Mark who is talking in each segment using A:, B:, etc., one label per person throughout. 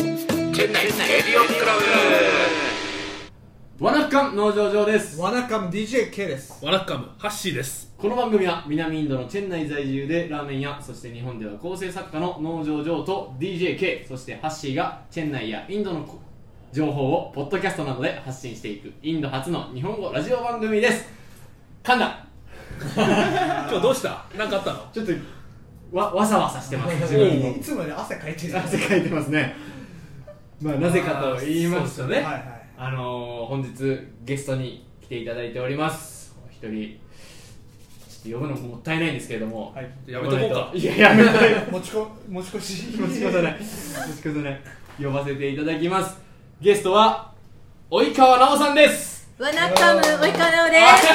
A: 店内エリオンクラ
B: わなっかん農場上です
C: ワナカム DJK です
D: ワラッカムハッシーです
B: この番組は南インドのチェン内在住でラーメン屋そして日本では構成作家の農場上と DJK そしてハッシーがチェン内やインドのこ情報をポッドキャストなどで発信していくインド初の日本語ラジオ番組です噛んだ
D: 今日どうした何かあったの
B: ちょっとわわさわさしてます自分の
C: いつもより汗かいてる
B: 汗かいてますねまあなぜかと言いますと
D: そうですよね
B: ね
C: はいはい
B: あのー、本日ゲストに来ていただいておりますお一人ちょっと呼ぶのももったいないんですけれども、
C: はい
D: やめとこうか
B: いややめとこう
C: 持ちこ持ち越し
B: 持ち越さない持ち越さない呼ばせていただきますゲストは及川奈緒さんです
E: わなかむおいかなおで
B: あ
E: す。
D: お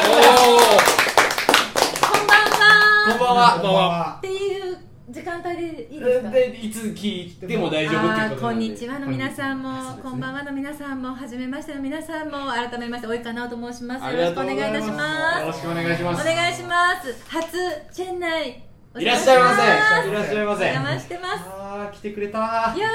E: こんばん
B: こん
E: は。
B: ばん
C: こん
B: は
C: ばんは
E: っていう時間帯でいいですか。
B: でいつ聞いても大丈夫ってい
E: あ
B: うこ
E: ー
B: と
E: こ
B: なん
E: ん
B: で
E: にちはの皆さんも、こんばん
B: は
E: はの皆さんも、はじめましての皆さんも、改めましておいかなおと申します。
B: あ
E: よ
B: りが
E: ろし
B: と
E: く
B: う
E: お願い
B: ご
E: い
B: ざい
E: た
B: ます
E: します。
B: よろしくお願いし
E: お
B: ます
E: 願いします。初チェン内。
B: いらっしゃいま
C: 願
B: せ
C: い
B: い
C: し
B: ら
C: ま
B: っ
C: す
B: しゃいま
E: お邪魔
B: せ
E: してます。
B: あー来てくれたー
E: いや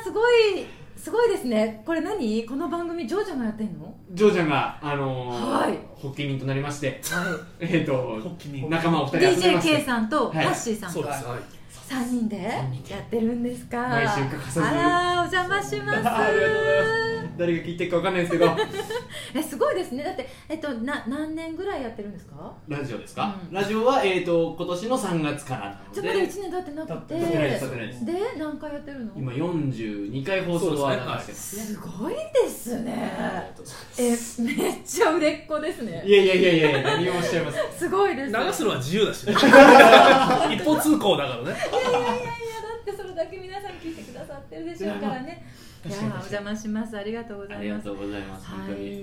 E: ー、すごい、すごいですね。これ何、この番組、ジョージャがやってんの。
B: ジョージャンが、あのー
E: はい
B: 発起人となりまして、
E: は
B: えー、と
C: 発起人
B: 仲間を2人集めまして
E: DJK さんと
B: は
E: ハ
B: い
E: ッシーさん
D: そ
E: と
D: うですはい
E: 三人でやってるんですか。
B: 毎週欠かさず
E: あらお邪魔します。
B: ありがとうございます誰が聞いてるかわかんないですけど
E: えすごいですね。だってえっとな何年ぐらいやってるんですか。
B: ラジオですか、
E: うん
B: ラジオは、えー、と今年の3月からな
E: じ
B: の
E: ゃあまだ
B: で
E: 一年経ってなくて。
B: 経ってないです経ってないです
E: で何回やってるの。
B: 今42回放送は流してます
E: すごいですね。えめっちゃ売れっ子ですね
B: い。やいやいやいや何をおっしゃい ます
E: すごいです。
D: 流すのは自由だ しね一方通行だからね
E: いやいやいやいやだってそれだけ皆さん聞いてくださってるでしょうからね。いや
B: 確か
E: ー
B: に
E: お邪魔します。ありがとうござ
B: あ
E: い
B: りが
E: ます。
B: とうございます本当に、
E: はい。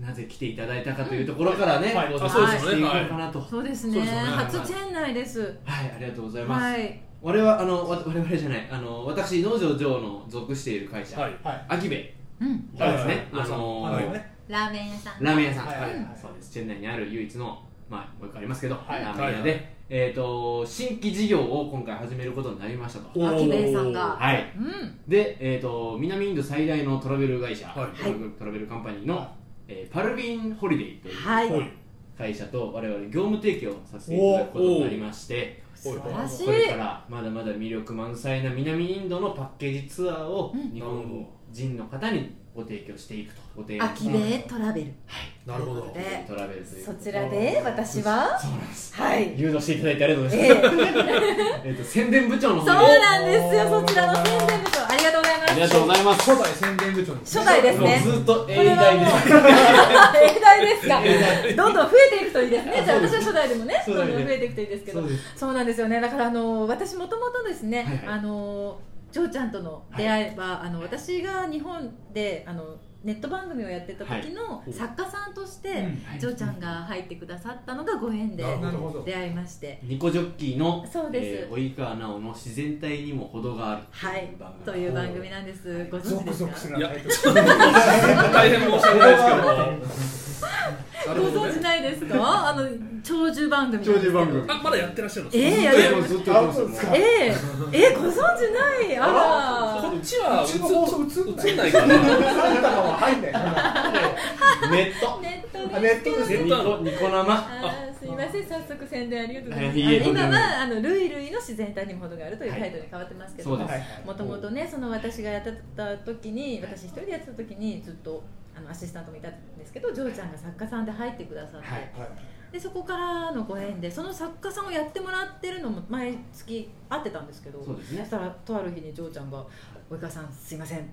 B: なぜ来ていただいたかというところからね、
C: うんはい
B: ご
D: あ
E: そう
B: 紹
E: で
B: 介
E: す
B: し
D: よ
B: てい
D: ね
B: こうかなと、はい
E: そうです
D: そう
E: ね。
D: ですね
E: 初チェーン内です。
B: ありがとうございます、
E: はい。
B: 我々はあのわ我々じゃないあの私農場上の属している会社、
D: はい
C: はい
B: アキベ
E: うん。
B: がですね、
D: はい
B: あの
C: あ
B: ー
C: のね
E: ラーメン屋さん。
B: ラーメン屋さん、
C: はいはいはい
B: そうですチェン内にある唯一のまあもう一個ありますけど、
C: はい
B: ラーメン屋で、
D: はいは
B: えっ、と新規事業を今回始めることになりましたと
D: おー
E: 秋兵衛さんが
B: はい
E: うん。
B: で、えー、と南インド最大のトラベル会社、
D: はい
B: トラベルトラベルカンパニーの、えーパルビンホリデーという
E: はい。
D: おい
B: 会社と我々業務提携をさせていただくことになりまして
E: 素晴らしい
B: こ。れからまだまだ魅力満載な南インドのパッケージツアーを
E: うん
B: 日本人の方にご提供していくとご提案
E: 秋兵衛トラベル。
D: なるほ
E: という
D: ど
E: ことで
B: トラベルという
E: そちらで私は
B: そうなんです
E: はい。
B: 誘導していただいてありがとうござ
E: え
B: い
E: え
B: ます、えっと宣伝部長の
E: そう
B: 方に
E: なんですよ。そちらの宣伝部長ありがとうございま
B: ありがとうございます
C: 初代宣伝部長です
E: す。初代ですね。
B: も うずっと永代です
E: 永代で すか。どんどん増えていくといいですね。じゃあ私は初代でもね、
B: そ
E: ど
B: うんだ
E: ど
B: よ
E: ん
B: ね
E: 増えていくといいですけ
B: そ
E: ど
B: う。です
E: そうなんですよね。だからあの私もともとですね、
B: はいはい
E: あのジョーちゃんとの出会いは、あの私が日本であのネット番組をやってた時の
D: い
E: 作家さんとして、
C: うん
B: はい
E: ジョーちゃんが入ってくださったのがご縁で
C: なるほど
E: 出会いまして。
B: ニコジョッキーの
E: そうで
B: え
E: す
B: ー及川奈緒の自然体にも程がある
E: はい
B: 番、組
E: という番組なんです。ご
C: ゾ
E: 存知
C: ク
E: です
C: ゾ
E: か
C: クす。る
D: い
C: な
D: や
C: タイ
D: 大変
C: ト
D: 申し訳ないですけどもなる
E: ご
D: ほど
E: 存知
D: ね
E: ないですか。あの長寿番組なんですけ
B: 長寿
E: ど。
B: 番組
D: あまだやってらっしゃるんです
E: ええや
B: で
E: る
B: もずっとやってますよもう
C: あそうですか
E: ええええご存知ない。あら。
D: こっちは
C: うちの放送映んな
D: 映
C: い
D: んないから
C: ルサンタマは入んない
B: ネット
E: ネット
C: あネ
E: です
C: ットです
B: ニコニコ生
E: あーすみません、早速宣伝ありがとうございます。
B: いいえ
E: あの
B: とんで
E: 今
B: もない
E: はあのルイルイの自然体にも程があるという
B: は
E: タ
B: い
E: イトルに変わってますけど
B: そう
E: も
B: です、
E: もともとね、その私がやってた時に、私一人でやってた時にずっとあのアシスタントもいたんですけど、ジョーちゃんが作家さんで入ってくださって、
B: はい
E: でそこからのご縁で、その作家さんをやってもらってるのも毎月会ってたんですけど、
B: そうですね
E: そしたらとある日にジョーちゃんが「及川さん、すいません、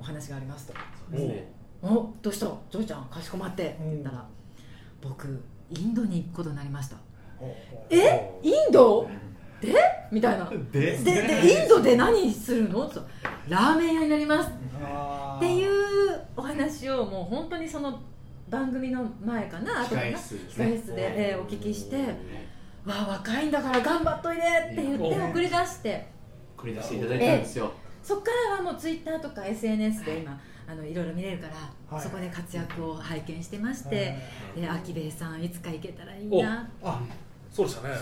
E: お話があります」と。
B: そうですね
E: おどうしたジョイちゃんかしこまって」って言ったら「僕インドに行くことになりました」えインドでみたいな「ででインドで何するの?」って言ったらラーメン屋になります」
C: っ
E: っていううお話をもう本当にその番組の前かな後かな
B: 控え
E: 控
B: 室です
E: え
B: ね
E: 室でえーお聞きして
B: ね
E: 「わあ若いんだから頑張っといで」って言って送り出して。
B: 繰り出していただいたんですよ
E: そこからはもうツイッターとか SNS で今あのいろいろ見れるから、
C: はい
E: そこで活躍を拝見してまして、で秋兵衛さんいつか行けたらいい
D: お
E: な
C: あ
D: そうでしたね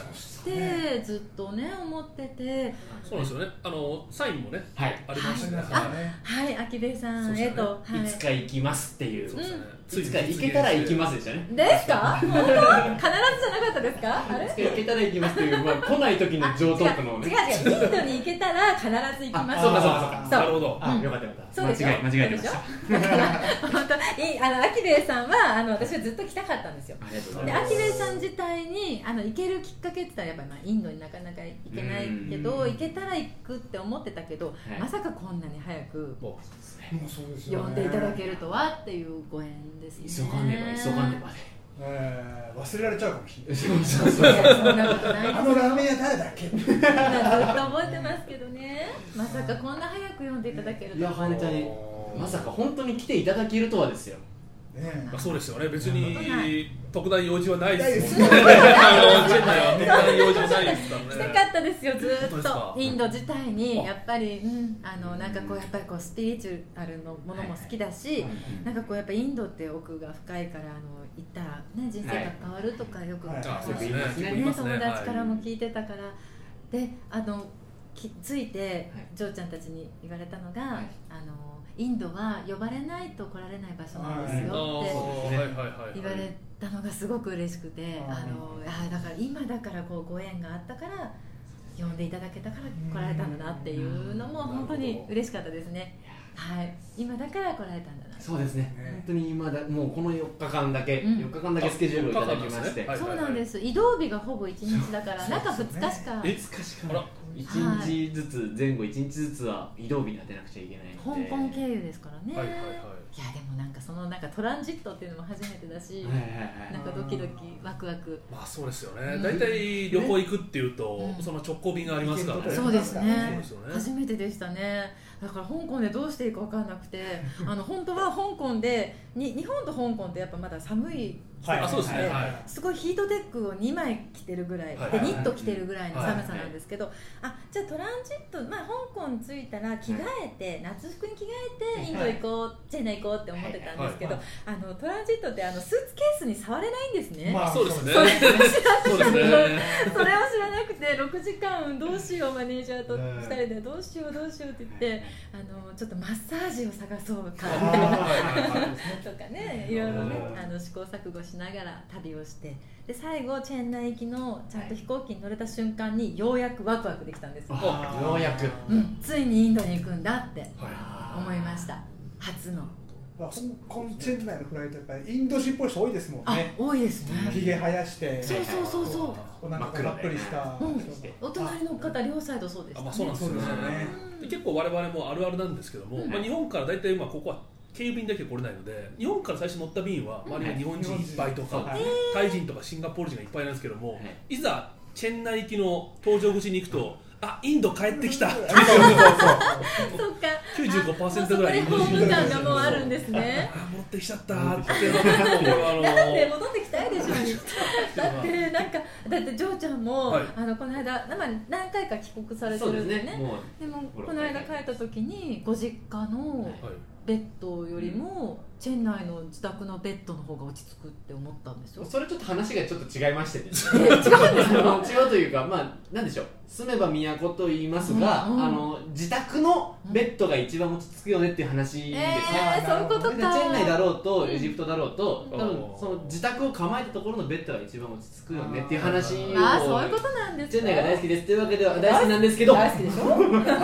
E: てずっとね思ってて
D: そうなんですよねあのサインもね
B: はい
D: ありましたね、
C: ありましたね
E: はい秋部さ
D: そうんです
E: へ
D: ね
E: と、はい
B: つか行きますっていう
D: そうでしたね
B: いつか行けたら行きますでしたね
E: いですか本当必ずじゃなかったですかあれ
B: いつか行けたら行きますっていう、まあ、来ない時の上等句の
E: 違う
B: ね
E: 違うインドに行けたら必ず行きます
B: あそうかそうかそうか
D: なるほど
B: あ
E: うん
B: よかったよかった
E: そうでしょ
B: 間違え間違えてました
E: そ
B: あ
E: 本当いいあの秋兵衛さんはあの私はずっと来たかったんですよ
B: りがとうござい
E: で
B: ま
E: 秋兵衛さん自体にあの行けるきっかけって言ったらやっぱりまあインドになかなか行けないけど
B: うん
E: 行けたら行くって思ってたけど、
B: い
E: まさかこんなに早く
D: も
B: す
C: もうそうですよね
E: 呼んでいただけるとはっていうご縁ですね
B: 急がねば急がねばで
C: えー忘れられちゃうかもしれない
B: そうそう
E: いやそんなことないです
C: あのラー メン屋誰だっけ
E: ずっと覚えてますけどねまさかこんな早く呼んでいただける
B: い
E: と
B: や
E: は
B: 本当にまさか本当に来ていただけるとはですよ
C: ね
D: まあ、そうですよね別に特段用事はないです
C: な
D: もんねあのチェンナイは特段用事はないですか
E: 来
D: ら
E: た
D: ね
E: かったですよず
D: 本当で
E: っ
D: すか
E: とインド自体にやっぱり、うん、あのなんかこうやっぱりこうスピリチュアルのものも好きだし、なんかこうやっぱインドって奥が深いからあの行ったらね人生が変わるとかよく、
C: はい
E: ね
D: あそうですね結構いま
E: 友
D: すね
E: 達からも
D: はい
E: 聞いてたから、であのきついて嬢、ちゃんたちに言われたのが、
B: い
E: あのインドは呼ばれないと来られない場所なんです
D: あー
E: よって。
D: はいはいはい
E: 言われたのがすごく嬉しくて、
C: うん
E: あのあだから今だからこうご縁があったから呼んでいただけたから来られたんだなっていうの
D: う
E: も
D: ん
E: 本当に嬉しかったですね、はい、今だから来られたんだな
B: そうですね
C: ね
B: 本当に今だもうこの4日間だけ、
E: うん
B: 4日間だけスケジュールをいただきま
D: あ四日間なん
B: し
D: です
B: て
D: ねはい
E: そうなんです移動日がほぼ1日だから
C: そう
E: 中2日しか
D: え
B: しかし
D: あら
B: 1日ずつ前後1日ずつは移動日に当てなくちゃいけない
E: 香
B: ので
E: 港経由ですからね、
D: はい
E: い
D: はいはい
E: やでもなんかそのなんかトランジットっていうのも初めてだし、
B: はいはいはい
E: なんかドキドキワクワク
D: まあそうですよ
E: う
D: ね
E: ん
D: 大体旅行行くっていうと
E: うん
D: その直行便がありますからね
E: そうですね
D: そうですよね
E: 初めてでしたねだから香港でどうしていいか分かんなくて あの本当は香港でに日本と香港ってやっぱまだ寒い
D: あそうですねはい
E: すごいヒートテックを2枚着てるぐらい、
D: はい
E: でニット着てるぐらいの寒さなんですけど、あじゃあトランジット、まあ、香港に着いたら着替えて、夏服に着替えてインド行こう、チェンナイ行こうって思ってたんですけど、
C: は
E: あのトランジットってあのスーツケースに触れないんですね、
C: ま
D: あそうですね
E: そうで
D: そうですね
E: それを知らなくて6時間どうしようマネージャーと2人でどうしようどうしようって言ってあのちょっとマッサージを探そうかみたいなとかねいろいろね
C: うん
E: あの試行錯誤しながら旅をしてで最後チェンナイ行きのちゃんと飛行機に乗れた瞬間にようやくワクワクできたんですよ、
B: あようやく
E: うん、ついにインドに行くんだって思いましたた初の
C: まあ香港チェンナイのフライトやっぱりインド人っぽい人多いですもん
E: あ
C: ね
E: 多いです
C: ひ
E: ね
C: げ生やして
E: そうそうそうそ
C: お腹がたっぷりした
E: う、うん
C: 人が、
E: お隣の方両サイドそうでし
D: あ
E: た、
D: まあそうなんですよね
C: そうですよね
E: うん
D: で結構我々もあるあるなんですけども、
E: うん
D: まあ、日本から大体まあここは経由便だけ来れないので日本から最初乗った便は周りが日本人いっぱいとか、
C: はい
D: タイ人とかシンガポール人がいっぱいなんですけども、、
B: はい
D: ざチェンナイ行きの搭乗口に行くとあインド帰ってきた
C: そうそうそう
E: そっかもうそ
D: 95%
E: こ
D: ぐらい
E: で
D: イン
E: ホ
D: ド
E: ー
D: 人
E: ム感がもうあるんですね
D: あ戻ってきちゃったーっていうのがもう これはあ
E: なんで
D: の
E: 戻ってきたいでしょ だってなんかだって嬢ちゃんも、
D: はい
E: あのこの間まあ何回か帰国されて
B: そうで
E: る
B: す
E: んで
B: ね
E: ね
B: もう
E: でもこの間帰った時にご実家の
D: はい
E: ベッドよりもチェンナイの自宅のベッドの方が落ち着くって思ったんですよ
B: それちょっと話がちょっと 違いまして ね
E: え違うんですか
B: 違うというかまあなんでしょう住めば都と言いますが、
E: うんうん
B: あの自宅のベッドが一番落ち着くよねっていう話ですね、
E: えー、そういうことか
B: でチェンナイだろうと
E: うん
B: エジプトだろうと、
D: うん
B: 多分その自宅を構えたところのベッドが一番落ち着くよねっていう話を
E: ああそういうことなんです
B: チェンナイが大好きですというわけでは
E: 大
B: 大好きなんですけど
E: 大好きでし
B: 危
E: ょ
B: ないないろ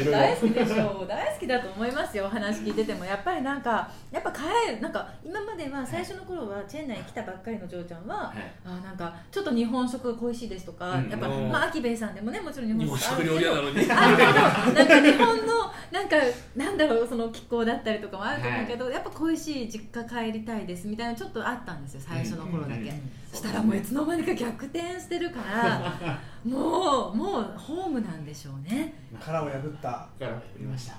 B: いろ
E: 大好きでしょう大好きだと思いますよお話聞いててもやっぱりなんかやっぱ帰るなんか今までは最初の頃はチェンナイ来たばっかりの嬢ちゃんは
B: はい
E: あーなんかちょっと日本食が恋しいですとか、
B: うん
E: やっぱ
D: うん
E: まあ秋兵衛さんでもねもちろん
D: 日
E: 日
D: 本
E: 本
D: 食
E: 食
D: 料理屋なのに
E: あるけどあるけどなんか日本のなんかなんだろうその気候だったりとかもあると思うけど、やっぱ恋しい実家帰りたいですみたいなのちょっとあったんですよ最初の頃だけ、
B: うんうん
E: そしたらもういつの間にか逆転してるからもうもうホームなんでしょうね
C: 殻を破った
B: からやりましたあ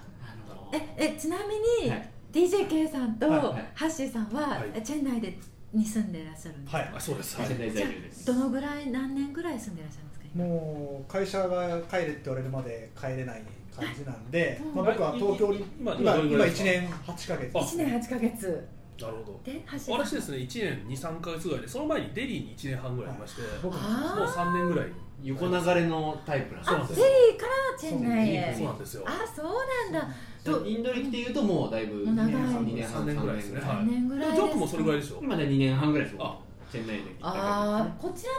B: の
E: ええちなみに、
B: はい
E: DJK さんと
C: はい
B: はい
E: ハッシーさんは、
D: はい
E: えチェンナイでに住んでいらっしゃるんですか、
C: はい
D: あそうです、はい
B: チェンナイ在
E: じゃ
B: 住です
E: あどのぐらい何年ぐらい住んでいらっしゃるんですか
C: もう会社が帰れって言われるまで帰れない感じなんで、
E: うん
C: まあ、僕は東京に
D: 今
C: 今今
D: どれぐらいです
C: 1
D: か
C: 年8ヶ月
D: あ
E: 1年8ヶ月
D: なるほど
E: で橋さん
D: 私ですね1年23か月ぐらいでその前にデリーに1年半ぐらいいまして、
C: 僕も
E: あー
D: もう3年ぐらい
B: 横流れのタイプなん
D: そうなん
E: フ
D: で
E: ェ
D: す
E: リ
D: よ
E: ーからチェンナイへ
D: そうなんですよ
E: あそうなんだと
B: インド歴でいうともうだいぶ
E: もう長い
B: 2年
D: 3
B: 半
D: 年ぐらいですね
B: 三
D: は
B: 年
E: 3年ぐらい
D: い
E: で
D: ジ
E: す
D: ョークもそれぐらいでしょ
B: 今で2年半ぐらいです
D: あ
B: チェンナイ歴
E: ああこちら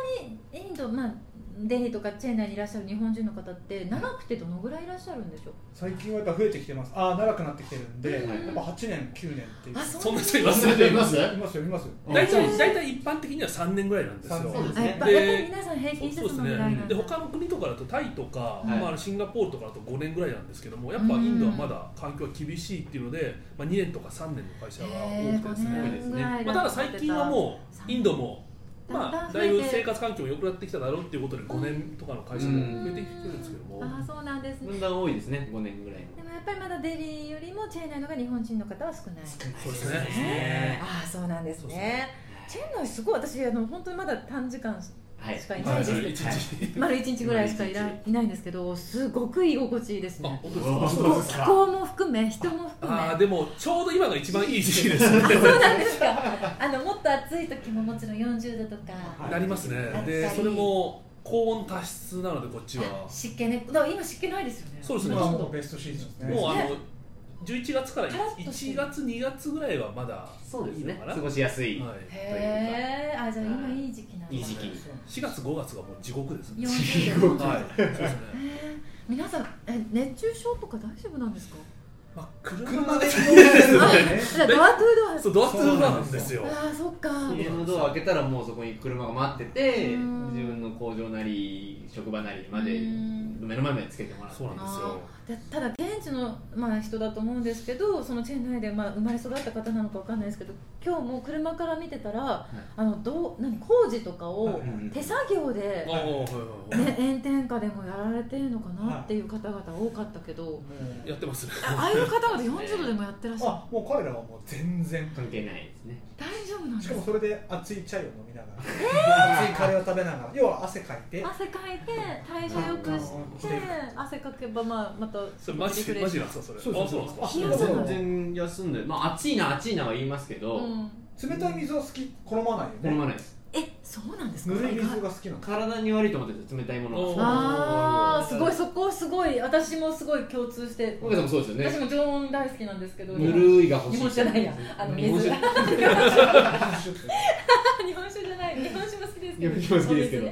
E: にインド、まあ、デリーとかチェンナイにいらっしゃる日本人の方って長くてどのぐらいいらっしゃるんでしょう
C: 最近はやっぱ増えてきてますああ長くなってきてるんでやっ
B: うん
C: ぱ8年9年っていう
E: あ
D: そんな人い
E: そ
D: ま
E: うなん
D: す
B: 忘れています
C: いますよいますよ
B: うん
D: 大
E: そう
D: 体大体一般的には3年ぐらいなんですよ
C: 三年
B: そうです
E: だあやっ
B: ね
E: ぱ
D: で
E: やっぱり皆さん平均し
D: そう
E: て
D: で
E: そ
D: す
E: のぐらいな
D: ね
E: ん
D: で
E: だ
D: 他の国とかだとタイとか、
B: い
D: まあ、シンガポールとかだと5年ぐらいなんですけどもやっぱインドはまだ環境が厳しいっていうので、まあ、2年とか3年の会社が
E: え
D: 多
E: ー
D: くて
E: 五
D: ですね、
E: 年ぐらい
D: まあ、ただ最近はもうインドも、
E: だ
D: ま
E: んだん
D: あ、
E: 増
D: だ
E: え
D: い
E: て
D: ぶ生活環境も良くなってきただろうっていうことで5年とかの会社も増えてきてるんですけども、
E: ああそうなんですね
B: 分断多いですね5年ぐらい
E: でもやっぱりまだデリーよりもチェンナイの方が日本人の方は少ない
D: そうですね
B: ね
E: ああそうなんです
D: そうです
E: ねチェンナイすごい私あの本当にまだ短時間
B: はい
E: 確かに
D: はい
E: そう
D: 一
B: はい
D: 日
E: 丸1日ぐらいしかいらいないんですけどすごく居心地いいです
D: あ
E: ね
D: 本当です
B: う
D: か
B: わ
E: 気
B: 本当
E: 候
B: です
E: 気
B: か
E: 候も含め人も含め
D: あーでもちょうど今が一番いい時期ですね
E: そうなんですか。あのもっと暑い時ももちろん40度とか、
D: なりますねでそれも高温多湿なのでこっちは
E: 湿気ね。だから今湿気ないですよね。
D: そうですね
C: 今はも
E: も
C: うベストシーズンですね
D: もうあ
E: ね
D: の11月から
E: カラッとして
D: 1
E: る
D: 月2月ぐらいはまだ
B: そうです
D: いい
B: ね
D: のかな
B: 過ごしやすい
D: は
E: うへえ。あじゃあ今いい時期なんだ。
B: いい時期に
C: そう
D: い、4月5月がもう地獄ですね
E: 40
B: 地
E: 度。
B: 獄
D: はいそうですね
E: へえ皆さんえ熱中症とか大丈夫なんですか？
D: まあ車
C: 車
D: で
C: で移動してるん
E: あ
C: でね
E: じゃあドアトゥード ア。
D: そうドアツーなんですよ
E: ああそっか。
B: 家のドア開けたらもうそこに車が待ってて
E: うん
B: 自分の工場なり職場なりまで
E: うん
B: 目の前までつけてもらって
D: そうなんですよ
E: あーでただ現地の、まあ、人だと思うんですけどそのチェン内で、まあ、生まれ育った方なのかわかんないですけど今日も車から見てたら、あのどう何工事とか
C: は
E: を
C: い
B: うん
E: 手作業で
D: あ、あはいはいは
E: ね、炎天下でもやられてるのかなっていう方々多かったけど、
D: いやってますね
E: あああいう方々40度でもやってらっしゃる
C: あもう彼らはもう全然
B: 関係ないですね
E: 大丈夫なんで
C: し
E: す
C: か
E: か
C: もそれで熱いチャイを飲みながら、熱いカレーを食べながら要は汗かいて
E: 汗かいて体重良くして汗かけば、まあ、また
D: それマジでマジなんですかそれあそうなんですか
E: 冷やさない
B: 全然休んでまあ暑いな暑いなは言いますけど
E: うん、
C: 冷たい水は好き好まない
B: 好
C: よ
B: ま
C: ね
B: ないです
E: えそうなんですか
C: ぬるい水が 好きなの
B: 体に悪いと思ってて冷たいもの
D: おー
B: は
E: ああすごいそこすごい私もすごい共通して
B: 岡さんもそうですよ
E: 私
B: ね
E: も常温大好きなんですけど
B: ぬるいが欲し
E: 日
B: い
E: 本酒じゃないやあの
B: 日本
E: 水
B: 酒
E: 日
C: あ
E: 本酒じゃ ない日本酒も好きです
B: 日本酒も好きですけど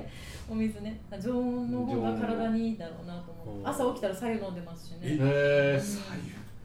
E: お水ねお水ね常温の方が体にいいんだろうなと思って
D: 常温
E: 朝起きたら白湯飲んでますしね
B: へえ
E: 白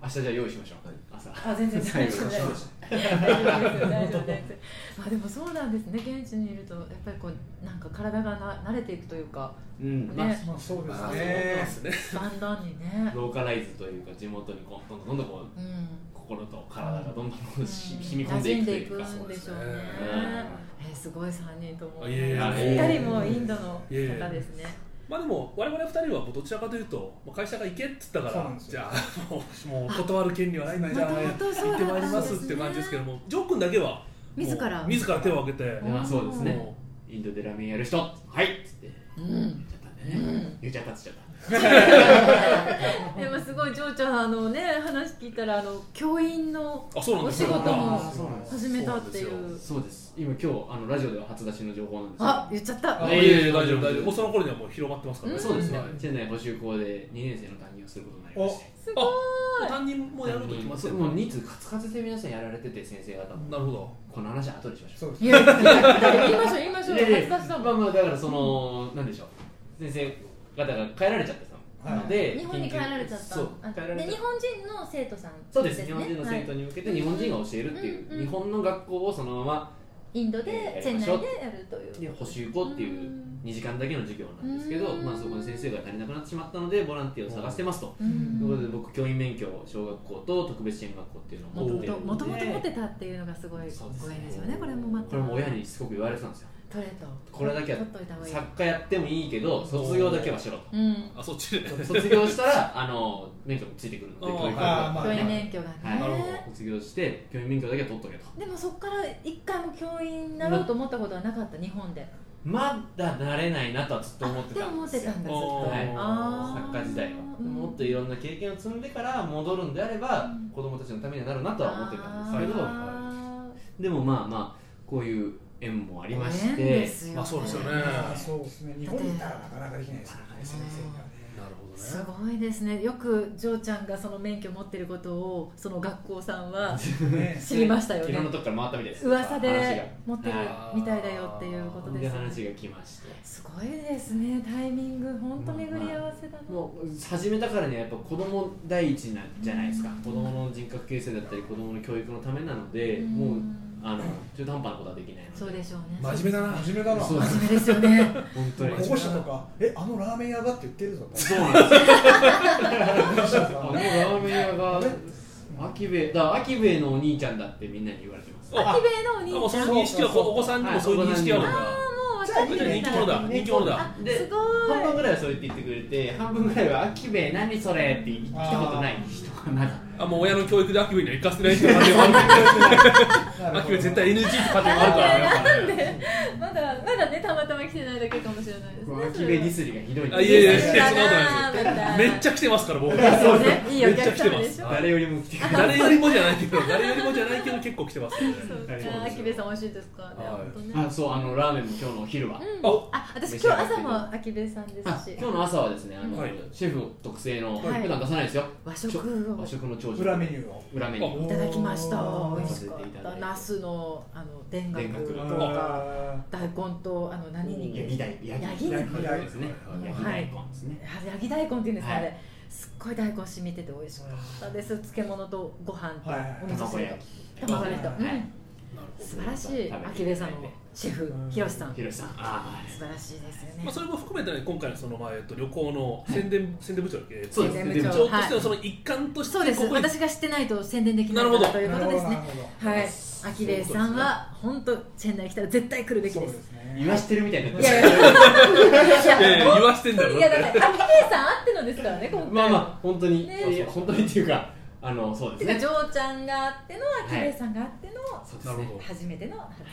B: 明日じゃあ用意しましょう朝
E: あ全然大丈夫大丈夫大丈夫です大丈夫ですまあでもそうなんですね現地にいるとやっぱりこうなんか体がな慣れていくというか
B: うんまあ
E: ね
C: まあそうです
D: あそうなんで
C: ね
D: すね
E: だんだん にね
B: ローカライズというか地元にこうどんどんどんどんこう
E: うん
B: 心と体がどんどんこうし
E: うん
B: 染み込んでいくという
E: 馴
B: か
E: 染んでいくんでしょうね
D: そうです
B: ね
E: えーすごい3人とも
D: いやいや
E: ぴったりもうインドの方
D: いやいや
E: ですね
D: まあでも我々二人はもうどちらかというとまあ会社が行けっつったか
C: そうなん
D: ら
C: です
D: じ
C: よ
D: ゃあもうもう断る権利はないなじゃあ
E: 元々そう
D: 行っ
E: だったんですね
D: てまいりますっていう感じですけどもジョー君だけはもう
E: 自ら
D: 自ら手を挙げて
E: ん
B: まあそうですね
D: も
B: インドでラーメンやる人はいっつって
E: うん
B: 言っちゃったんでね言っちゃったっつっちゃった
E: でもすごい嬢ちゃんあのね話聞いたらあの教員の
D: うあそうなんです
E: お仕事も
D: あ
B: そうなんです
E: 始めたっていう
B: そうです今今日あのラジオでは初出しの情報なんですけど
E: あ言っちゃった
D: あ
B: あ
D: いやいや大丈夫大丈夫もうその頃にはもう広まってますから
E: うん
B: そうですね
D: はいもう
B: チェンナイ補習校で2年生の担任をすることになりまして
E: すごい
D: 担任もやると決まって
B: そう
D: る
B: もう2通カツカツで皆さんやられてて先生方も
D: なるほど
B: この話は後でしましょう
C: そうです
E: いやいやいや言いましょう言いましょう
B: いやいや
E: 初出しだ
B: ま
E: も
B: あ
E: ん
B: まあだからその、なんでしょう先生方が帰られちゃってたので、
E: 日本に帰られちゃった
B: そう
E: あ
B: 帰られ
E: で
B: ちゃっ
E: 日
B: た
E: 本人の生徒さん
B: そうです日本人の生徒
E: はい
B: に向けて日本人が教えるっていう、
E: うんう
B: 日
E: ん
B: 本の学校をそのまま
E: インドでチェンナイでやるとい
B: で
E: う
B: 補習校っていう
E: うん
B: 2時間だけの授業なんですけど、
E: うん
B: まあ、そこに先生が足りなくなってしまったのでボランティアを探してますと。
E: うん
B: ということで僕教員免許を小学校と特別支援学校っていうのを
E: もと
B: 持って
E: も
B: る
E: ともと
B: の
E: もと持っ
B: で
E: てたっていうのがすごい
B: そうです
E: ご縁ですよねこれもまた
B: これも親にすごく言われてたんですよ
E: 取れと
B: これだけは
E: 取っといた方がいい
B: 作家やってもいいけど卒業だけはしろと
E: うん
D: あそっちで
B: 卒業したらあの免許もついてくるので
D: あー
B: 教育
C: あーまあ
E: 教員免許がね、
B: はい
D: なるほ
B: 卒業して教員免許だけは取っとけと
E: でもそこから一回も教員になろうと思ったことはなかった日本で
B: まだ慣れないなとはずっと思って
E: あで
B: た
E: も
B: ん
E: 思
B: です
E: って
B: よ
E: たんだずっと
D: おー
B: はい
E: あー
B: 作家時代は
E: うん
B: もっといろんな経験を積んでから戻るんであれば
E: うん
B: 子供たちのためにはなるなとは思ってたんですけど
E: あー
B: でもまあまあこういう縁もありまし
E: 縁
B: て
E: ですよね、
D: まあそうですよね
C: ああそうですね日本にいたらなかなかできないですよね
E: うん
C: 先生がね
D: なるほどね
E: すごいですねよくジョーちゃんがその免許持ってることをその学校さん は
C: ね
E: 知りましたよ
B: いろんな
E: ね
B: とこから回ったみたいです
E: 噂
B: 話が
E: で持ってる
D: はい
E: みたいだよっていうこと
B: で
E: です
B: 話が来まして
E: すごいですねタイミング本当巡り合わせだな、
B: もう始めたからにはやっぱ子供第一なじゃないですか子供の人格形成だったり子供の教育のためなので
E: うん
B: もうあの中途半端なことはできないので
E: そうでしょうね
D: 真面目だな
C: 真面目だな
B: そう
C: 保
E: 真面目ですよね
B: 本当に
D: 真面目
C: 護者とかえあのラーメン屋がって言ってるぞと
B: そうなんですよあのラ
C: 保 護者とかね
B: ーメン屋がアキベだからアキベのお兄ちゃんだってみんなに言われてます
D: あ
E: アキベイのお
D: もう
E: 兄
D: そ
E: ちゃん
D: の認識はお子さんにもそういう認識あるんだ
E: もう
C: じゃあ
E: ちょっと
D: 人気者だ人気者だ
E: あ
B: です
E: ごい
B: 半分ぐらいはそう言って言ってくれて半分ぐらいは「アキベ何それ」って言ったことない人がまだ
D: あもう親の教育でアキベには行かせてないっていう感じもあるけどアキベ絶対 NG って感じもあるからやっぱね
E: まだまだねたまたま来てないだけかもしれないですね
B: アキベディスりがひどいん
D: あいやいやいや
B: です
D: そん
B: よ
D: なことないですよめっちゃ来てますから僕
E: そうねいい
D: め
E: お
D: っちゃ
E: 客
D: 来て
E: 様
D: ま
E: でし
D: す
E: ょ
B: 誰よりも来てくれた
D: 誰よりもじゃないけど誰よりもじゃないけど結構来てますよね
E: そう
B: はい
E: かアキベイさん美味しいですからね
D: はい
E: 本当ね
B: あそうあのラーメンも今日のお昼は、
E: うん
D: あ
E: あ私今日朝もアキベイさんです
B: あ
E: し
B: 今日の朝はですねあの、
D: はい
B: シェフ特製の、
E: はい
B: 普段出さないですよ
E: 和食を
B: 和食の長寿
C: 裏メニューを
B: 裏メニュー
E: いただきました
C: おー
E: 美味しか
B: い
E: った
B: だいて
E: ナスのあの田楽と
B: 田
C: うん
E: か大根とあの何に
B: 焼き大
E: ヤ
B: 焼
E: ギ
B: き
E: 大
B: 大
E: 根
B: 根ですね
D: はい
B: 焼き大根ですね、
E: あヤギ大根っていうんですか、
B: はい
E: あれすっごい大根染みてて美味しかったです漬物とご飯と
C: はいはい
E: お味噌
B: 卵
E: 汁
B: 焼
E: と
B: き
E: 卵焼きと、
C: は
E: う
B: はい
E: ん、素晴らしい
B: 食べていただいて
E: アキベさんのシェフ
C: うん
E: ヒロシさん素
B: ひろしさんあ
E: 晴らしいですよね、
D: まあ、それも含めてね、今回のその、まあえっと、旅行の宣伝,、宣伝部長だっけ
B: そうです
E: 宣
D: 部
E: 伝
D: 長
E: 部
D: と
E: 長
D: して
E: はい
D: のその一環として
E: そうです
D: ここに
E: 私が知ってないと宣伝できない
D: なるほど
E: ということですね
C: なるほどなるほ
E: はいアキベさんは本当チェンナイ来たら絶対来るべき
C: そう
E: で
C: ですす
B: あ
C: ね
B: 言わしてるみたいになっ
E: い
B: て
E: やい
B: る
E: や
D: いやい
E: い
D: や
E: や
D: 言わせてんだろ
E: いやだってアキベさんあってのですからね今回
B: まあまあ本当に、
E: ね
B: いや本当にっていうかあのそうで
E: て
B: す
E: か
B: ね
E: ジョーちゃんがあってのアキベさんがあっての、
B: そうです
D: なる
B: ね
D: ほど
E: 初めての初チ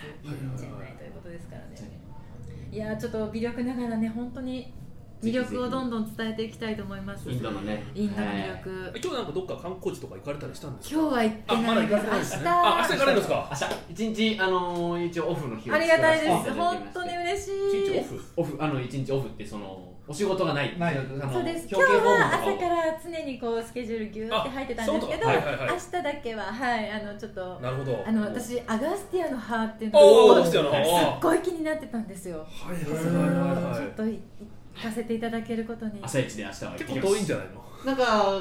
E: ェンナイということですからねいやーちょっと微力ながらね本当に魅力をどんどん伝えていきたいと思います
B: インドのね
E: インドの魅力、
D: 今日なんかどっか観光地とか行かれたりしたんですか
E: 今日は行って
D: あま
E: な
D: だ
E: い
D: 行
E: で
D: かれてないで
E: す
D: すねあ明
E: 明
D: 日行かれるんですか
B: 明日一日あのー一応オフの日
E: 日
B: を
E: ありがたいです
B: 作らせてただきまし
E: 本
B: て
E: 当に嬉し
D: 一日オ
E: い
D: フ
B: オフあの一日オフってそのお仕事がない
C: ない
B: あの
E: そうです今
B: 表
E: 日
B: 敬訪問
E: は
B: とかを
E: 朝から常にこうスケジュールギューって入ってたん
D: あ
E: ですけど、
D: そういうことはいはいはい
E: 明日だけははいあのちょっと
D: なるほど
E: あの私アガスティアの歯っていうの
D: おお
E: を
D: ー来
E: す
D: た
E: っ
D: の
B: はい
E: ごい気になってたんですよ
D: はい
E: ちょっ
D: はい
E: と
D: はいはいはい
E: 行かせていただけることに
B: 朝一で明日は行って
D: 結
B: きま
D: 構
B: す
D: 遠いんじゃないの
B: なんか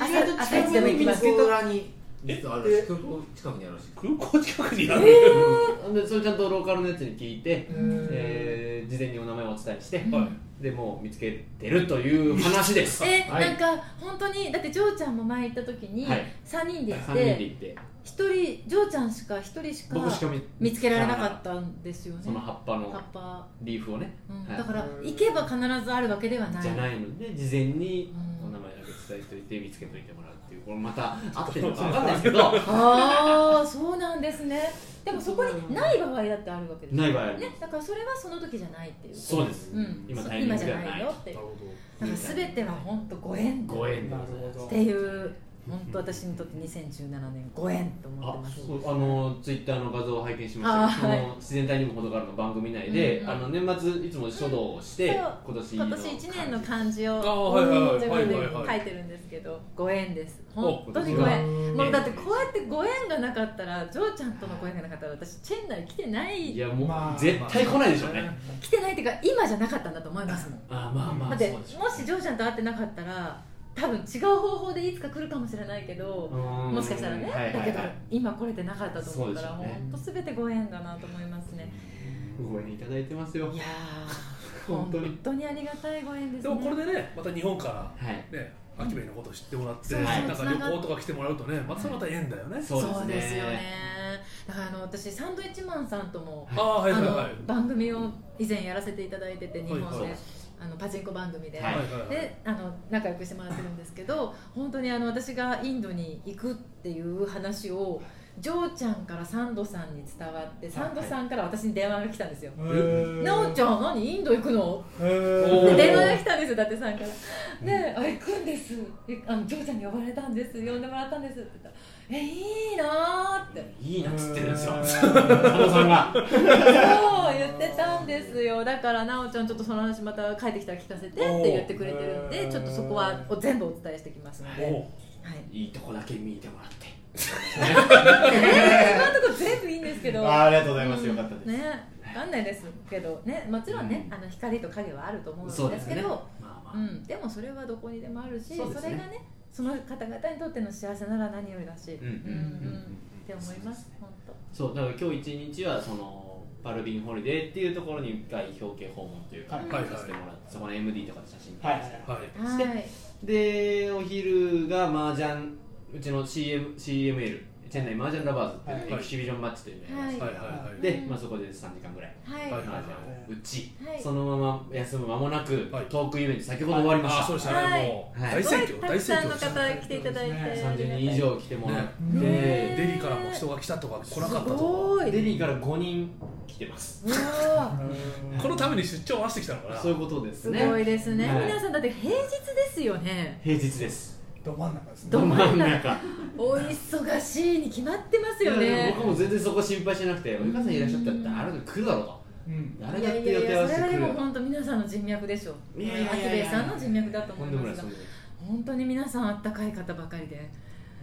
E: 朝朝一でも行きます
B: らに
A: 実はあるし空港近くにあるし
D: 空港近くにある、
B: でそれちゃんとローカルのやつに聞いて、
C: うん
B: えー事前にお名前をお伝えして、
D: はい
B: でもう見つけてるという話です
E: え
B: はい
E: なんか本当にだってジョーちゃんも前行った時に
B: はい
E: 3人で行
B: 3
E: っ
B: 人で
E: て
B: 行って
E: 一人ジョーちゃんしか一人しか
B: 僕しか見
E: 見つけられなかったんですよね
B: その葉っぱ
E: 葉っ
B: の
E: ぱ、
B: リーフをね、
E: うん
B: はい
E: だから行けば必ずあるわけではない
B: じゃないので事前に
E: うん
B: お名前だけ伝えておいて見つけといてもらうっていうこれまた合ってるのか分かんないですけど
E: ああそうなんですねでもそこにない場合だってあるわけです
B: ない場合あります
E: ねだからそれはその時じゃないっていう
B: そうです、
E: うん、
B: 今
E: そう
B: タイミング
E: 今じ
B: で
E: ゃ
B: は
E: な
B: ないい
E: よっていう
D: なるほ
E: だから全ては本当ご縁
B: ご縁で
C: な
B: ご
C: る
B: ざいます
C: ほど
E: っていう本当私にとって2017年ご縁と思って
B: あ
E: ます
B: そうあのツイッターの画像を拝見しましたけど、
E: あはい
B: その自然体にも程があるの番組内で、
E: うんうん
B: あの年末いつも書道をして、
E: うん
B: 今年
E: 今年1年の
B: 感
E: 漢字を
D: あはいはいはい
E: 自分で
D: はいはいは
E: 書
D: い
E: いてるんですけどご縁です本当に
B: う
E: ご
B: わ
E: 縁
B: ん
E: もうだってこうやってご縁がなかったらジョーちゃんとのご縁がなかったら私チェンナイ来てない
B: いやもう、
C: まあ
B: 絶対来ないでしょうね、
E: 来てないっていうか今じゃなかったんだと思いますもん
B: あ、まあまあ
E: だ
B: そう
E: って
B: で
E: も
B: しょ
E: しジョーちゃんと会ってなかったら多分違う方法でいつか来るかもしれないけど
B: うーん
E: もしかしたらね、
B: はいはいはい
E: だけど今来れてなかったと思うから
B: そうでしょうね
E: 本当すべてご縁だなと思いますね
B: ご縁いただいてますよ
E: いやー
B: 本
E: 本
B: 当
E: 当
B: に
E: にありがたいご縁で
D: ど
E: すね
D: でもこれでねまた日本か
B: はい
D: らねアキベイのこと知ってもらって、
E: そう
B: そう
D: なんか旅行とか来てもらうとねまたそれまた縁だよね、
B: そうですね
E: よねだからあの私サンドイッチマンさんとも、
D: ああはいはいはいは
E: あの番組を以前やらせていただいてて日本で、
D: はいはい
E: あのパチンコ番組で。
B: はい
D: いはいはい
E: であの仲良くしてもらってるんですけど本当にあの私がインドに行くっていう話をジョーちゃんからサンドさんに伝わってサンドさんから私に電話が来たんですよ「
C: え
E: なおちゃん何インド行くの?」
C: へ
D: おー
E: で
C: ー
E: 電話が来たんですよ伊達さんから「で、あ行くんですえあのジョーちゃんに呼ばれたんです呼んでもらったんです」って言ったら「えいいな」って
B: いいなっつってるんですよ
C: へー
B: 佐野さんが
E: そう言ってたんですよだからなおちゃんちょっとその話また帰ってきたら聞かせてって言ってくれてるん
C: お
E: で
C: う
E: ちょっとそこは全部お伝えしてきますので、はい、
D: お
B: いいとこだけ見てもらって
E: 今のところ全部いいんですけ ど
F: あありがとうございますよかったです
E: ねわかんないですけどねもちろんね、あの光と影はあると思うんですけど
B: まあ
E: う
B: ま
E: ん、でもそれはどこにでもあるし
B: そ
E: そ,、
B: うですね
E: れがねその方々にとっての幸せなら何よりだし、
B: うんうんうん
E: って思います本当
B: あそうだから今日一日はそのバルビンホリデーっていうところに外表敬訪問というか
F: はい
D: はい
B: させてもらってそこの MD とかで写真撮
F: はい
B: って
D: はい
B: して
E: はい
B: でお昼が麻雀うちの CM CML チェンナイ麻雀ラバーズっていう
D: はい
B: エキシビジョンマッチというのをやりまし
D: はいはい
B: た
D: はい
B: で、
E: うん
B: まあ、そこで3時間ぐらい
E: はい、
D: はい
B: 麻雀を打ち、
E: はい
B: そのまま休む間もなく、
D: はい
B: トークイベント先ほど終わりまし
D: あ
B: た、
D: ーそうでした
E: はい
D: ねもう
B: はい
D: 大
E: す
D: 盛況
E: ごいたく
D: 大盛
E: さんの
D: 況
E: 方来ていただいて、
B: 30人以上来てもらって、
E: ねね
D: デリからも人が来たとか来なかった
E: す
D: と
E: ごい
B: デリーから5人来てます
E: うわ
D: かこのために出張を合わせてきたのかな
B: そういうことです
E: す
B: ね
E: ごいですね
B: はい
E: 皆さんだって平日ですよね
B: 平日です
C: ど真ん中ですね
E: ど真ん中
B: 中
E: お忙しいに決まってますよ
B: いや
E: ね
B: 僕も全然そこ心配してなくてお母さんいらっしゃったら誰が来るだろうと
C: うん
B: 誰
E: い
B: だっ
E: や
B: て
E: いや
B: 予
E: い
B: 定合
E: や
B: わせ
E: そ
B: て
E: れは
B: く
E: で
B: るだ
E: も
B: ろう
E: 本当皆さんの人脈でしょう
B: いやいやいやいや
E: アキレイさんの人脈だと思
B: と
E: い
B: んでもな
E: ま
B: い
E: す
B: と
E: が
B: んでもない
E: 本当に皆さんあったかい方ばかりで、ね、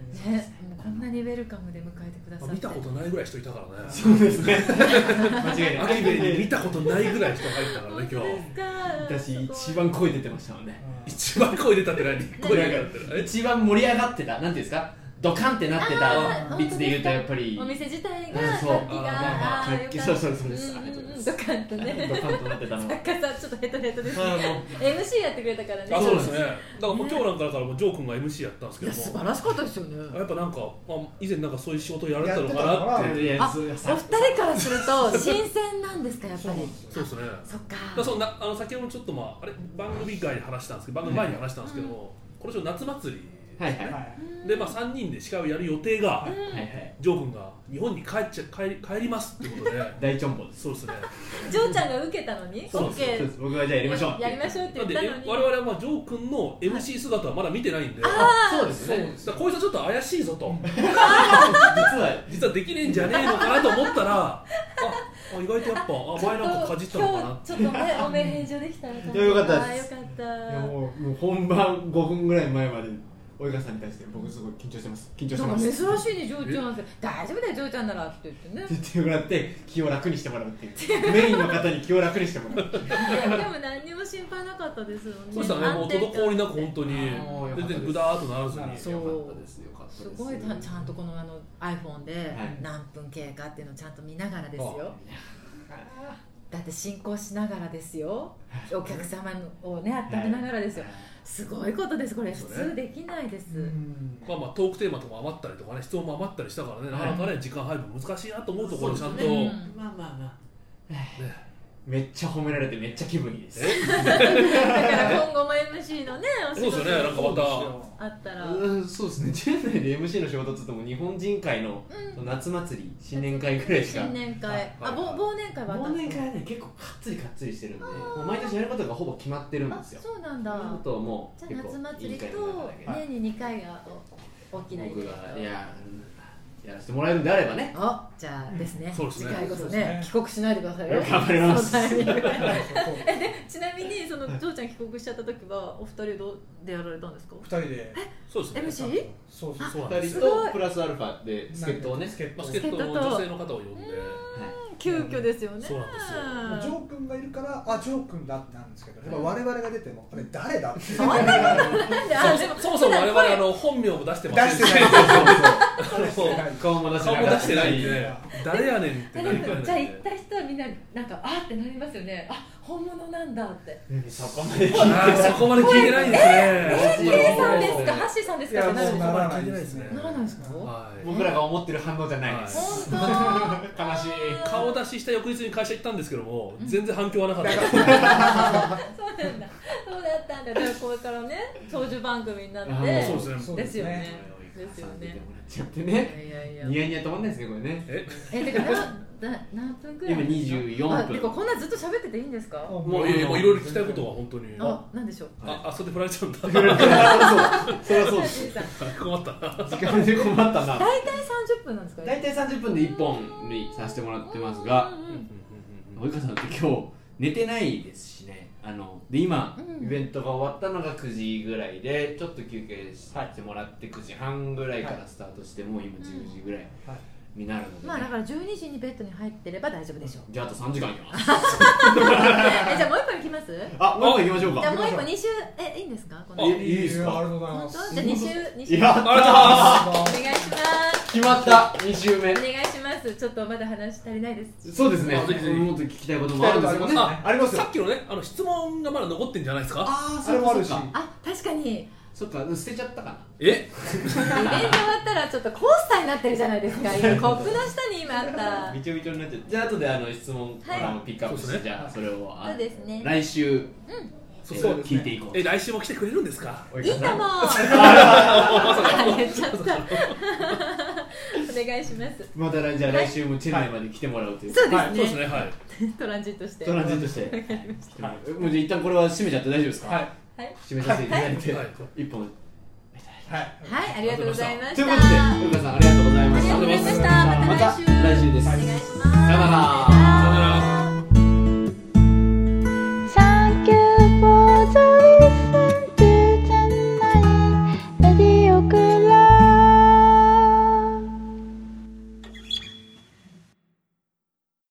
E: もうこんなにウェルカムで迎えてくださって
D: 見たことないぐらい人いたからね
B: そうです ね間違い
D: ア
B: ない
D: キベに見たことないぐらい人入ったから ね
E: 本
D: 今日
E: 当ですか
B: 私一番声出てましたもんね
D: 一番声出たって何声出たって何
B: 一番盛り上がってたなんていうんですかドカンってなって
E: あ
B: た
E: ー
B: 率で言うとやっぱり
E: お店自体が
B: うん
E: 活気
B: そう
E: が
B: あ
E: あ
B: ー
E: ー
B: 活気
E: よ
B: そ
E: か
B: う
E: った
B: そうそうです
E: んん
B: ありがとうございます
E: ドカンと
B: ド
E: ね
B: カンとなってたの
E: 作家さんちょっとヘトヘトです
B: あーもう
E: MC やってくれたからね
D: あそうですね
E: い
D: だからもう今日なんかだからもうジョー君が MC やったんですけ
E: や
D: ど
E: 素
D: も
E: 晴らしかったですよね
D: やっぱなんか、まあ、以前なんかそういう仕事やられてたのかなって
B: いやいや
E: あ
B: そう
E: お二人からすると新鮮なんですかやっぱり
D: そうですねだか
E: そっから
D: そうなあの先ほどちょっとまああれ番組外で話したんですけど番組前に話したんですけど、この人夏祭り
B: はいはいはい
C: はい
D: で、まあ、3人で司会をやる予定が、
B: はい
D: ジョー君が日本に帰っちゃ帰り帰りますってこと で
B: 大チョンボです
D: そうですね
E: ジョーちゃんが受けたのに
B: そうですそう
E: OK
B: です僕がじゃあやりましょうって
E: やりましょうって
D: な
E: 言
D: ん
E: っ
D: で
E: たの
D: え
E: に
D: 我々はまあジョー君の MC 姿はまだ見てないんで、
B: あそうですね
D: だからこいつはちょっと怪しいぞと
B: 実は
D: 実はできねえんじゃねえのかなと思ったら ああ意外とやっぱあ
E: ちょっ
D: 前
E: と
D: なんかかじったのかな
E: 今日ちょっとねお目返上できたら
F: いやよかったです
E: あーよ
B: いや
E: かっ
B: もうもう本番5分ぐらい前まで及川さんに対して僕すごい緊張してます緊張して
E: たなん
B: ま
E: か
B: す
E: 珍
B: って
E: しいねジョーちゃんって大丈夫だよジョーちゃんならって言ってね
B: 言ってもらって気を楽にしてもらうって いうメインの方に気を楽にしてもらう
E: でも何にも心配なかったですよね
D: そうしたらねもう滞りなく本当に
B: あーよか
D: 全
B: ったです
D: 然ぐだーっとならずに
C: なる
E: そう
B: よかったですよかったです
E: すごいたちゃんとこのあの iPhone で何分経過っていうのをちゃんと見ながらですよだって進行しながらです よお客様をね温めながらですよすごいことですこれ普通できないです
C: うん
D: まあまあトークテーマとかも余ったりとかね質問も余ったりしたからねなかなかね時間配分難しいなと思うところをちゃんと、
E: そうです
D: ね
E: ね
B: まあまあ まあめっちゃ褒められてめっちゃ気分いいです
E: だから今後も MC のねお
D: そう
E: 仕
D: ですよ
E: 事
D: ねなんかまた
E: あったら
B: うんそうですね10代で MC の仕事っつっても日本人会の
E: う
B: 夏祭り新年会ぐらいしか
E: 新年会あ忘忘年会はあっ
B: 忘
E: たんで
B: 年
E: すか
B: 会はね結構かっつりかっつりしてるんでもう毎年やることがほぼ決まってるんですよ
E: あそうなん
B: そ
E: だ
B: ういうことをもう
E: じゃあ夏祭りと
B: ね
E: 年に2回がお大きなイベン
B: 僕
E: ト
B: がいややらせてもらえるんであればね
E: あじゃあですね,、
D: そうですね
E: 次回こそ
C: そうです
E: ね
C: ね
E: 帰国しないでくださいよ
B: 頑張ります
E: そのタイミング
C: そう
E: えでちなみにそのジョーちゃん帰国しちゃった時はお二人どうでやられたんですか
C: 二人で
D: そうですね
E: MC?
C: そうそうそう
D: そうなんで
B: 二
D: す
B: 人
E: す
B: と
E: ごい
B: プラスアルファで助っ人をね
C: 助っ人
D: バ
C: を
D: スケットの女性の方を呼んで
E: 急遽ですよね
D: そうなんですよ
C: ジョー君がいるからあジョー君だってなるんですけどやっぱ我々が出てもこれ誰だって
E: そんなことないんであでも
D: そもそも我々あ
E: の
D: の本名も出してません
C: 出してない
D: そう
B: 顔も 出
D: 顔も出してないんで
C: 出して
D: ね誰やねんってなり かね
E: じゃあ
D: ないん
E: 行っ
D: で
E: た人はみんななんかあーってなりますよねあ本物なんだって
B: そこまで聞いて
D: あーそこまで聞いてないんですね
B: え
E: え J さんですかハッシーさんですかってなる
C: い
E: でし
C: やもう
E: ょ
D: ならないですね
E: ならないですか本
D: はい
B: 僕らが思ってる反応じゃないです
E: 当
B: 悲しい
D: 顔出しした翌日に会社行ったんですけども全然反響はなかった
E: そうなんだそうだったんだじゃあこれからね長寿番組になっ
B: あー
E: て
D: そうです
C: そ
D: ね
C: う
E: ですよね
D: はい
E: ですよ
B: 出て
E: ね
B: もらっちゃって
E: い
B: ね
E: やいやい
B: ニ
E: や
B: ヤニヤ止まんないですねこれね
D: え
E: えてかなな何分くらい
B: 今24分
E: あてかこんなずっと喋ってていいんですか
C: も
D: もういやいやもういろいろ聞きたいことは本当にあ
E: あなんでしょう
B: はい
D: あそれで振られちゃうんだ
B: そりゃそうです
E: 大体
D: 困ったな
B: 時間で困ったな
E: 30分なんですか
B: 大体30分で1本にさせてもらってますが
E: うんうんうん
B: 及川さんって今日寝てないですしねあので今、
E: うん
B: イベントが終わったのが9時ぐらいでちょっと休憩してもらって9時半ぐらいからスタートして、もう今10時ぐらい
C: はい
B: になるので、
E: まあだから12時にベッドに入ってれば大丈夫でしょう
B: じゃああと3時間いきます
E: えじゃあもう一本行きますじ
B: あもう一個行きましょう
E: ゃあ
B: か
E: もう一本2週えいいんですかこの
B: あいいですか
C: ありがとうござい
E: 本
C: ま
E: 当
C: す
E: じゃあ2週2週
B: やっ
E: お
B: た
E: 願いします
B: 決まった2週目
E: お願いしますちょっとまだ話足りないです
B: そうですね
D: あぜひぜひ
B: もっと聞きたいこともあるんですよね
D: あ
C: ありますよ
D: さっきのねあの質問がまだ残ってんじゃないですか
B: あー
C: それもあるし
B: そっか
E: あ確かにイベン
B: そっか捨てちゃったかな
D: え
E: ト終わったらちょっとコースターになってるじゃな いですか今コップの下に今あった
B: びちょびちょになっちゃってじゃあ後であの質問からもピックアップし
D: そ
B: て、
D: うです
B: じゃあそれをあ
E: そうですね
B: 来週
D: そう
B: えー
D: そうです
B: 聞いていこう
D: え来週も来てくれるんですか
E: いいとも 言っちゃったお願いします
B: また来じゃあ来週もチェンナイまで来てもらうという、
E: そう
D: はいそう
E: で
D: ですす
E: ね
D: ねはい
E: トランジットして
B: ト
E: は
B: ランジットしてはいもうじゃあ一旦これは締めちゃって大丈夫ですか、
C: はい
E: い
B: 締めさせていただいて、
D: はい
B: 一本
C: はい
E: はいありがとうございました
B: ということで、古川さんありがとうございました
E: ありがとうございましたまた来週
B: また来週です、
E: お願いし
B: さ
E: ます
B: よなら